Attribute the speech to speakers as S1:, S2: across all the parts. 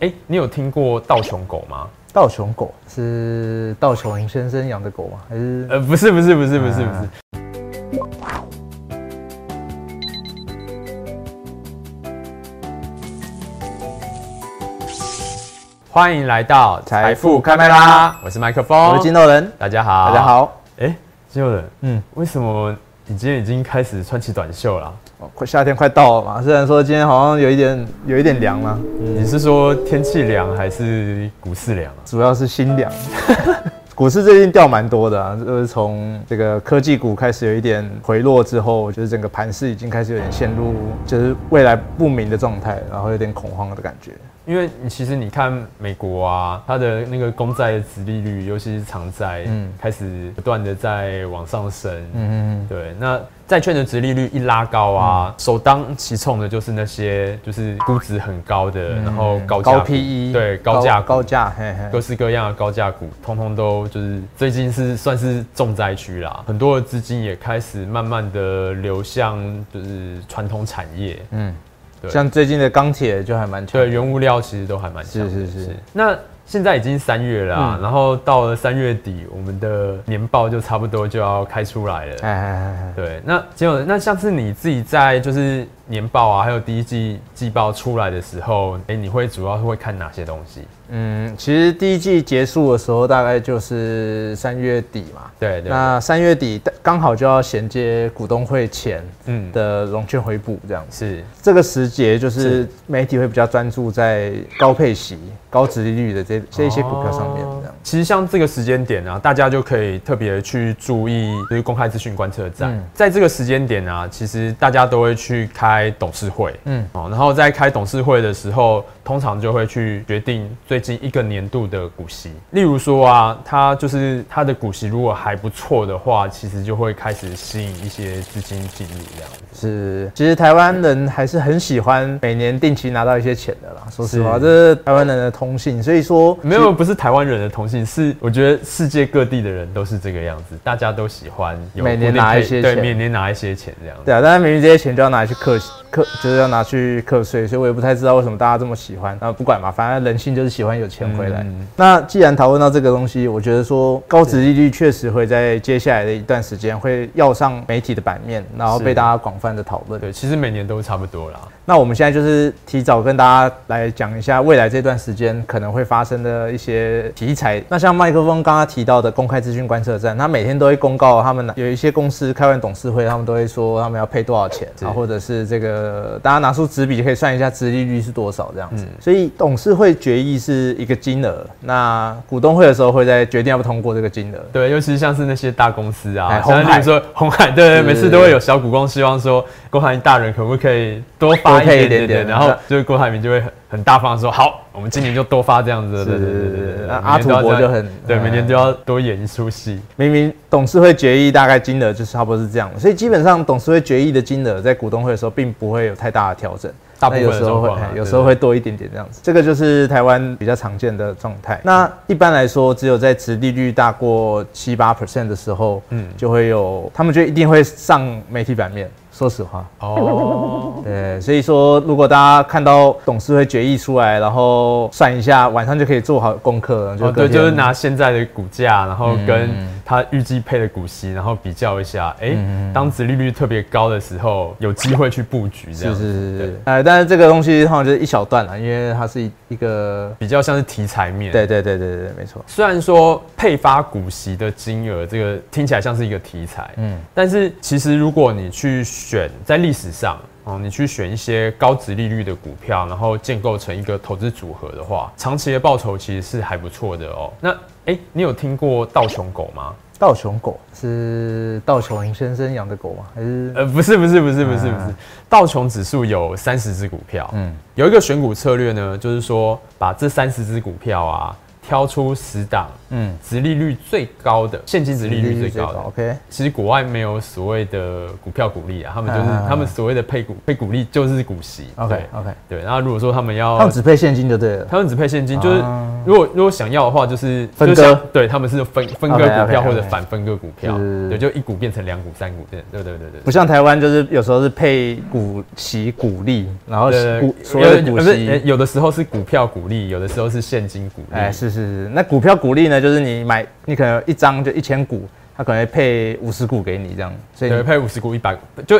S1: 哎、你有听过道琼狗吗？
S2: 道琼狗是道琼先生养的狗吗？还是
S1: 呃，不是，不是，不是，不是，不是
S2: 啊。
S1: 啊欢迎来到
S2: 财富开麦啦！
S1: 我是麦克风，
S2: 我是金豆呃人？
S1: 大家好，
S2: 大家。好，
S1: 哎、金友人，
S2: 嗯，
S1: 为什么你今天已经开始穿起短袖了啊、
S2: 哦快夏天快到了嘛，虽然说今天好像有一点有一点凉了，
S1: 你是说天气凉还是股市凉啊？
S2: 主要是心 凉。股市最近掉蛮多的啊，就是从这个科技股开始有一点回落之后，就是整个盘势已经开始有点陷入就是未来不明的状态，然后有点恐慌的感觉。
S1: 因为你其实你看美国啊，它的那个公债的殖利率，尤其是长债，嗯
S2: 嗯，
S1: 开始不断的在往上升。
S2: 嗯，
S1: 对，那债券的殖利率一拉高啊，首当其冲的就是那些就是估值很高的，然后高价
S2: 嗯高
S1: 股
S2: PE，
S1: 对高价股
S2: 高价，嘿嘿，
S1: 各式各样的高价股，通通都就是最近是算是重灾区啦，很多的资金也开始慢慢的流向就是传统产业，
S2: 嗯，
S1: 对
S2: 像最近的钢铁就还蛮强
S1: 对
S2: 的，
S1: 原物料其实都还蛮强的
S2: 是是嗯是
S1: 那现在已经三月了、啊，然后到了三月底，我们的年报就差不多就要开出来了。
S2: 哎哎哎哎，
S1: 对，那结果那像是你自己在就是年报啊，还有第一季季报出来的时候，哎、你会主要会看哪些东西？
S2: 嗯，其实第一季结束的时候大概就是三月底嘛，
S1: 对对，
S2: 那三月底刚好就要衔接股东会前
S1: 嗯，
S2: 的融券回补这样子。
S1: 是
S2: 这个时节就是
S1: 是
S2: 媒体会比较专注在高配息、高值利率的这这一些股票上面
S1: 哦
S2: 这样。
S1: 其实像这个时间点啊，大家就可以特别去注意，就是公开资讯观测站，
S2: 嗯
S1: 在这个时间点啊，其实大家都会去开董事会。
S2: 嗯，
S1: 哦，然后在开董事会的时候，通常就会去决定最近一个年度的股息。例如说啊，它就是它的股息如果还不错的话，其实就会开始吸引一些资金进入这样子。
S2: 是，其实台湾人还是很喜欢每年定期拿到一些钱的啦。说实话，
S1: 是
S2: 这是台湾人的通性，所以说
S1: 没有，不是台湾人的同性，是我觉得世界各地的人都是这个样子，大家都喜欢有
S2: 每年
S1: 固定
S2: 拿
S1: 配
S2: 一些
S1: 对，
S2: 钱
S1: 每年拿一些钱这样子。
S2: 对啊，但是明明这些钱就要拿去课课，就是要拿去课税，所以我也不太知道为什么大家这么喜欢。那不管嘛，反正人性就是喜欢有钱回来。
S1: 嗯
S2: 那既然讨论到这个东西，我觉得说高值利率确实会在接下来的一段时间会要上媒体的版面，然后
S1: 是
S2: 被大家广泛的讨论。
S1: 对，其实每年都差不多啦。
S2: 那我们现在就是提早跟大家来讲一下未来这段时间可能会发生的一些题材。那像麦克风刚刚提到的公开资讯观测站，他每天都会公告他们有一些公司开完董事会，他们都会说他们要配多少钱，
S1: 是
S2: 然后或者是这个大家拿出纸笔就可以算一下殖利率是多少这样子。所以董事会决议是一个金额，那股东会的时候会再决定要不通过这个金额。
S1: 对，尤其是像是那些大公司啊，
S2: 哎
S1: 像
S2: 鸿
S1: 例
S2: 海
S1: 如说红海，对对，
S2: 是
S1: 每次都会有小股东希望说，郭台铭大人可不可以多发一
S2: 多配
S1: 点点
S2: 一点嗯
S1: 点，
S2: 点
S1: 然后就是郭台铭就会很很大方地说，好，我们今年就多发这样子的，对对对对对，每年都要
S2: 那阿土伯
S1: 这样
S2: 就很
S1: 对，
S2: 嗯
S1: 每年都要多演一出 戏，
S2: 明明董事会决议大概金额就是差不多是这样，所以基本上董事会决议的金额在股东会的时候并不会有太大的调整，
S1: 大部分的
S2: 那有时候
S1: 状
S2: 会
S1: 况啊
S2: 哎
S1: 对
S2: 有时候会多一点点这样子。这个就是台湾比较常见的状态。那一般来说，只有在殖利率大过七八 percent 的时候，
S1: 嗯
S2: 嗯，就会有他们就一定会上媒体版面。说实话，
S1: 哦，
S2: 对，所以说如果大家看到董事会决议出来，然后算一下，晚上就可以做好功课了。
S1: 哦
S2: 隔
S1: 对，就是
S2: 天
S1: 拿现在的股价，然后跟他预计配的股息，然后比较一下，
S2: 嗯
S1: 哎，当殖利率特别高的时候，有机会去布局这样
S2: 是
S1: 子，
S2: 是是
S1: 对
S2: 是，呃，但是这个东西通常就是一小段了，因为它是一一个，
S1: 比较像是题材面，
S2: 对对对对对，没错，
S1: 虽然说配发股息的金额，这个听起来像是一个题材，嗯
S2: 嗯，
S1: 但是其实如果你去选，在历史上，哦，你去选一些高值利率的股票，然后建构成一个投资组合的话，长期的报酬其实是还不错的哦。那哎、诶你有听过道琼狗吗？
S2: 道琼狗是道琼先生养的狗吗？还是
S1: 呃，不是，不是，不是，不是，不是
S2: 啊。
S1: 道琼指数有三十只股票，嗯
S2: 嗯，
S1: 有一个选股策略呢，就是说把这三十只股票啊，挑出十档，嗯
S2: 嗯，
S1: 值利率最高的，现金值利率最高的。哦
S2: ？OK，
S1: 其实国外没有所谓的股票股利啊，他们就是、
S2: 啊
S1: 他们所谓的配股配股利就是股息。
S2: OK，OK
S1: 对，然后如果说他们要
S2: 他们只配现金就对了。
S1: 他们只配现金，就是
S2: 啊
S1: 如果如果想要的话，就是
S2: 分
S1: 就是想
S2: 割
S1: 对，他们是分分割
S2: OK，OK，OK
S1: 股票或者反分割股票，
S2: 是
S1: 对，就一股变成两股、三股这样，对对对对。
S2: 不像台湾，就是有时候是配股息股利，然后
S1: 对
S2: 股
S1: 对
S2: 所有的
S1: 有
S2: 股
S1: 不是呃
S2: 息，
S1: 有的时候是股票股利，有的时候是现金股利。
S2: 哎，是是是。那股票股利呢，就是你买，你可能一张就一千股，它可能会配五十股给你这样，所以
S1: 对，
S2: 你
S1: 配五十股一百，就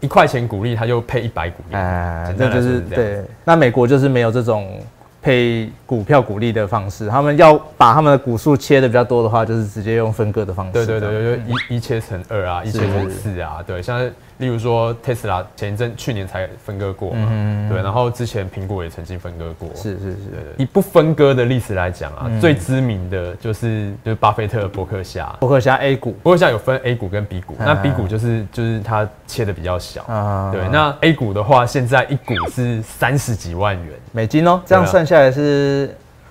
S1: 一块钱股利，他就配一百股利。
S2: 哎，
S1: 简
S2: 这
S1: 单来
S2: 就
S1: 说
S2: 是
S1: 是这样
S2: 对。那美国就是没有这种配股票股利的方式，他们要把他们的股数切的比较多的话，就是直接用分割的方式。
S1: 对对对，对，就一一切成二啊，一切成四啊，对，像是例如说 Tesla 前一阵去年才分割过
S2: 嗯
S1: 嘛，对，然后之前苹果也曾经分割过，
S2: 是嗯是是。
S1: 对。以不分割的历史来讲啊，最知名的就是就是巴菲特的伯克夏，
S2: 伯克夏 A 股
S1: 伯克夏有分 A 股跟 B 股，那
S2: 嗯
S1: B 股就是就是它切的比较小，
S2: 啊，
S1: 对，那 A 股的话，现在一股是三十几万元，
S2: 美金哦，这样
S1: 对啊
S2: 算下来是。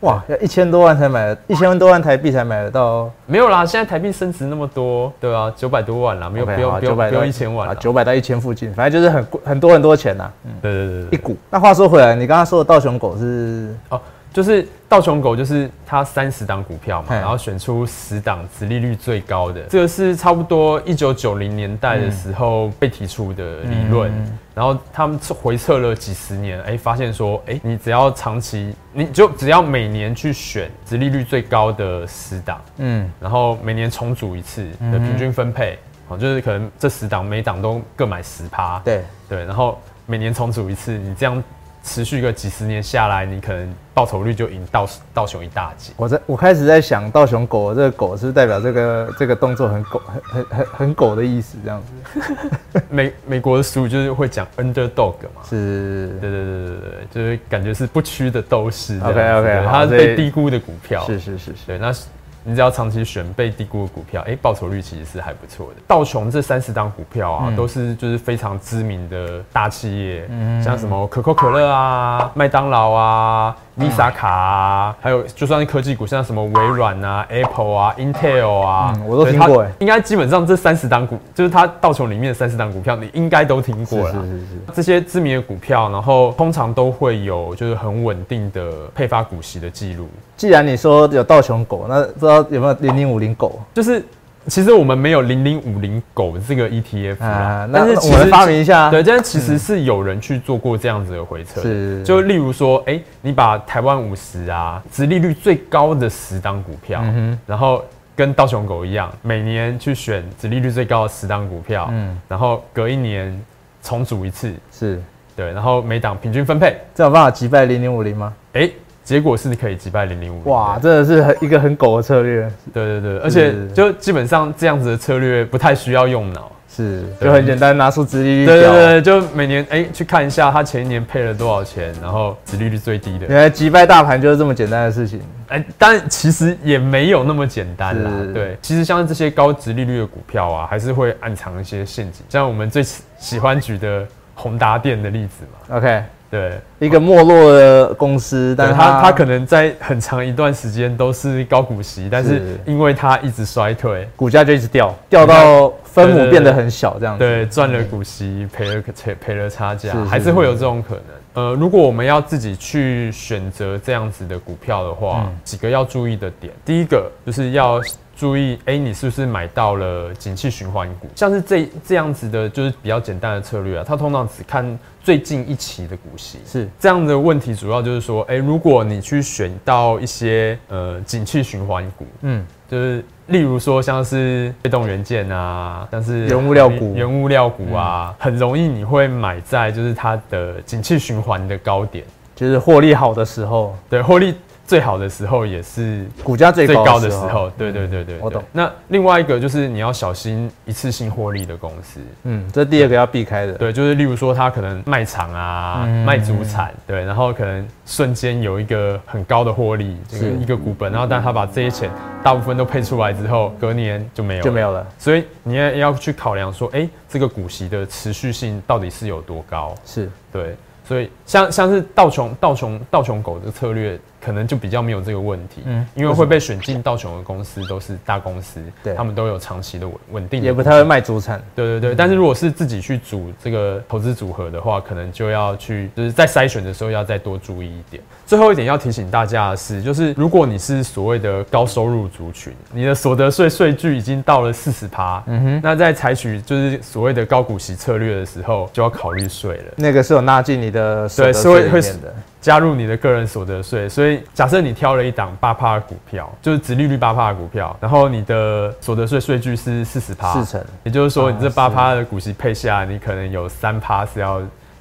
S2: 哇，要一千多万才买，一千多万台币才买得到
S1: 没有啦，现在台币升值那么多，对啊，九百多万啦，没有
S2: OK，
S1: 不用
S2: 好
S1: 不用不
S2: 900到
S1: 用一千万啦，
S2: 啊
S1: 啊嗯
S2: 九百到一千附近，反正就是很贵很多很多钱呐、
S1: 对对对对
S2: 一
S1: 对。
S2: 股。那话说回来，你刚刚说的道熊狗是
S1: 哦，就是道琼狗，就是它三十档股票嘛，
S2: 嗯
S1: 然后选出十档殖利率最高的，这个是差不多一九九零年代的时候被提出的理论。然后他们回测了几十年，哎，发现说，哎，你只要长期，你就只要每年去选殖利率最高的十档，
S2: 嗯
S1: 然后每年重组一次的平均分配，好、就是可能这十档每档都各买十趴，
S2: 对
S1: 对，然后每年重组一次，你这样持续个几十年下来，你可能报酬率就赢道道熊一大截。
S2: 我在我开始在想道熊狗这个狗是不是代表这个这个动作很狗很很很很狗的意思这样子
S1: 美美国的书就是会讲 underdog 嘛。
S2: 是
S1: 对对对对对，就是感觉是不屈的斗士这样
S2: OK，OK，
S1: 对
S2: 好
S1: 它是
S2: 所以
S1: 被低估的股票，
S2: 是是是是
S1: 对，那是你只要长期选被低估的股票，哎、报酬率其实是还不错的。道琼这三十档股票啊，
S2: 嗯
S1: 都是就是非常知名的大企业，
S2: 嗯
S1: 像什么可口可乐啊、麦当劳啊、Visa 卡啊，还有就算是科技股，像什么微软啊、Apple 啊、Intel 啊，
S2: 嗯我都
S1: 对
S2: 听
S1: 它
S2: 过哎
S1: 应该基本上这三十档股，就是它道琼里面的三十档股票，你应该都听过
S2: 是
S1: 了。
S2: 是是是，
S1: 这些知名的股票，然后通常都会有就是很稳定的配发股息的记录。
S2: 既然你说有道熊狗，那不知道有没有零零五零狗
S1: 就是其实我们没有零零五零狗这个 ETF 啦，
S2: 啊？那
S1: 但是
S2: 我
S1: 其
S2: 们
S1: 实
S2: 发明一下，嗯
S1: 对，但是其实是有人去做过这样子的回测的，
S2: 是
S1: 就例如说，哎、你把台湾五十啊，殖利率最高的十档股票，
S2: 嗯
S1: 然后。跟道熊狗一样，每年去选殖利率最高的十档股票，
S2: 嗯
S1: 然后隔一年重组一次，
S2: 是
S1: 对，然后每档平均分配，
S2: 这有办法击败零零五零吗？
S1: 哎、结果是可以击败零零五。
S2: 哇，真的是很一个很狗的策略，
S1: 对对对，而且
S2: 是
S1: 就基本上这样子的策略不太需要用脑，
S2: 是
S1: 对
S2: 就很简单，拿出直利率
S1: 对
S2: 表
S1: 对对，就每年哎、去看一下他前一年配了多少钱，然后殖利率最低的。
S2: 原来击败大盘就是这么简单的事情。
S1: 哎、但其实也没有那么简单啦
S2: 是。
S1: 对，其实像这些高殖利率的股票啊，还是会暗藏一些陷阱。像我们最喜喜欢举的宏达电的例子嘛，
S2: OK，
S1: 对，
S2: 一个没落的公司，但
S1: 对
S2: 是
S1: 它
S2: 它
S1: 它可能在很长一段时间都是高股息，但是
S2: 是
S1: 因为它一直衰退，
S2: 股价就一直掉，掉到分
S1: 对对
S2: 母
S1: 对
S2: 变得很小这样子。
S1: 对，赚了股息，赔了赔赔了差价
S2: 是，是
S1: 还是会有这种可能。呃，如果我们要自己去选择这样子的股票的话，几个要注意的点，第一个就是要。注意，哎、你是不是买到了景气循环股？像是这这样子的，就是比较简单的策略啊。它通常只看最近一期的股息，
S2: 是
S1: 这样的问题主要就是说，哎、如果你去选到一些呃景气循环股，
S2: 嗯，
S1: 就是例如说像是被动元件啊，像是
S2: 原物料股嗯
S1: 原物料股啊，很容易你会买在就是它的景气循环的高点，
S2: 就是获利好的时候，
S1: 对，获利最好的时候也是
S2: 股价最
S1: 最
S2: 高
S1: 高
S2: 的
S1: 的
S2: 时
S1: 时
S2: 候嗯
S1: 候，。对对对对，
S2: 我懂
S1: 对。那另外一个就是你要小心一次性获利的公司，
S2: 嗯，这第二个要避开的。
S1: 对，就是例如说它可能卖场啊、
S2: 嗯
S1: 卖主产，对，然后可能瞬间有一个很高的获利，这个
S2: 是
S1: 一个股本，然后但它把这些钱大部分都配出来之后，隔年就没有
S2: 就没
S1: 有。
S2: 有了。
S1: 所以你也要去考量说，哎、这个股息的持续性到底是有多高？
S2: 是
S1: 对，所以像像是道琼道琼道琼狗的策略，可能就比较没有这个问题，
S2: 嗯
S1: 因为会被选进道琼的公司都是大公司，
S2: 对
S1: 他们都有长期的稳稳定的
S2: 也不太会卖主产。
S1: 对对对，但是如果是自己去组这个投资组合的话，可能就要去，就是在筛选的时候要再多注意一点。最后一点要提醒大家的是，就是如果你是所谓的高收入族群，你的所得税税距已经到了四十趴，嗯哼，那在采取就是所谓的高股息策略的时候，就要考虑税了。
S2: 那个是有纳进你的所
S1: 对
S2: 得
S1: 是会
S2: 税里
S1: 会
S2: 面的，
S1: 加入你的个人所得税。所以假设你挑了一档八趴的股票，就是直利率八趴的股票，然后你的所得税税距是四十趴，
S2: 四成
S1: 也就是说你这
S2: 啊
S1: 八趴的股息配下，你可能有三趴是要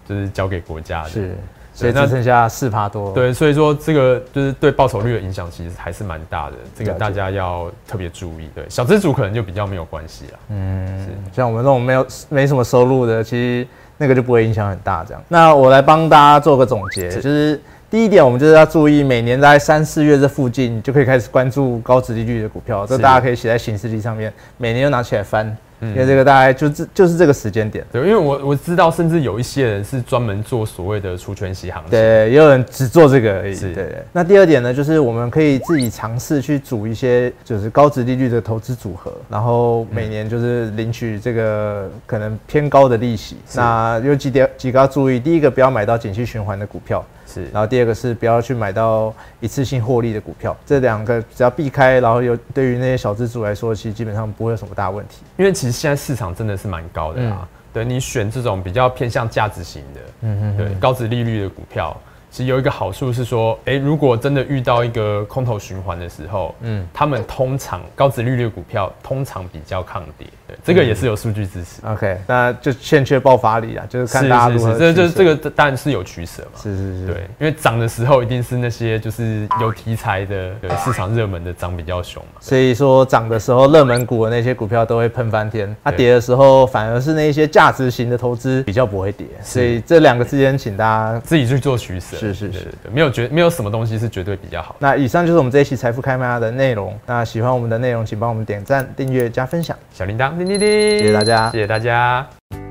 S1: 就是交给国家的。
S2: 是，所以
S1: 那
S2: 只剩下四趴多。，
S1: 对，所以说这个就是对报酬率的影响其实还是蛮大的，这个
S2: 了解
S1: 大家要特别注意。对，小资主可能就比较没有关系啦。
S2: 像我们这种没有没什么收入的，其实那个就不会影响很大。这样，那我来帮大家做个总结，就是。第一点，我们就是要注意，每年在三四月这附近就可以开始关注高值利率的股票，这
S1: 是嗯
S2: 大家可以写在行事历上面，每年都拿起来翻，因为这个大概就这就是这个时间点。
S1: 对，因为我我知道，甚至有一些人是专门做所谓的除权息行情。
S2: 对，也有人只做这个而已。
S1: 是
S2: 对对。那第二点呢，就是我们可以自己尝试去组一些就是高值利率的投资组合，然后每年就是领取这个可能偏高的利息。那有几点几个要注意，第一个不要买到景气循环的股票。
S1: 是
S2: 然后第二个是不要去买到一次性获利的股票，这两个只要避开，然后有对于那些小资主来说，其实基本上不会有什么大问题。
S1: 因为其实现在市场真的是蛮高的
S2: 嗯
S1: 啦。对你选这种比较偏向价值型的，嗯嗯，对高值利率的股票，其实有一个好处是说，诶，如果真的遇到一个空头循环的时候，嗯，他们通常高值利率的股票通常比较抗跌，
S2: 嗯
S1: 对，这个也是有数据支持。
S2: OK，那就欠缺爆发力啊，就是看大家
S1: 是
S2: 如
S1: 是
S2: 何
S1: 是，这就是
S2: 取舍
S1: 这个当然是有取舍嘛。
S2: 是是是，
S1: 对，因为涨的时候一定是那些就是有题材的、对市场热门的涨比较凶嘛。
S2: 所以说涨的时候，热门股的那些股票都会喷翻天；它、
S1: 对
S2: 跌的时候，反而是那一些价值型的投资比较不会跌。所以这两个之间，请大家。
S1: 自己去做取舍，
S2: 是是是
S1: 对，对对没有绝没有什么东西是绝对比较好的。
S2: 那以上就是我们这一期财富开麦的内容。那喜欢我们的内容，请帮我们点赞、订阅、加分享。
S1: 小铃铛，叮叮叮，
S2: 谢谢大家
S1: 谢谢大家。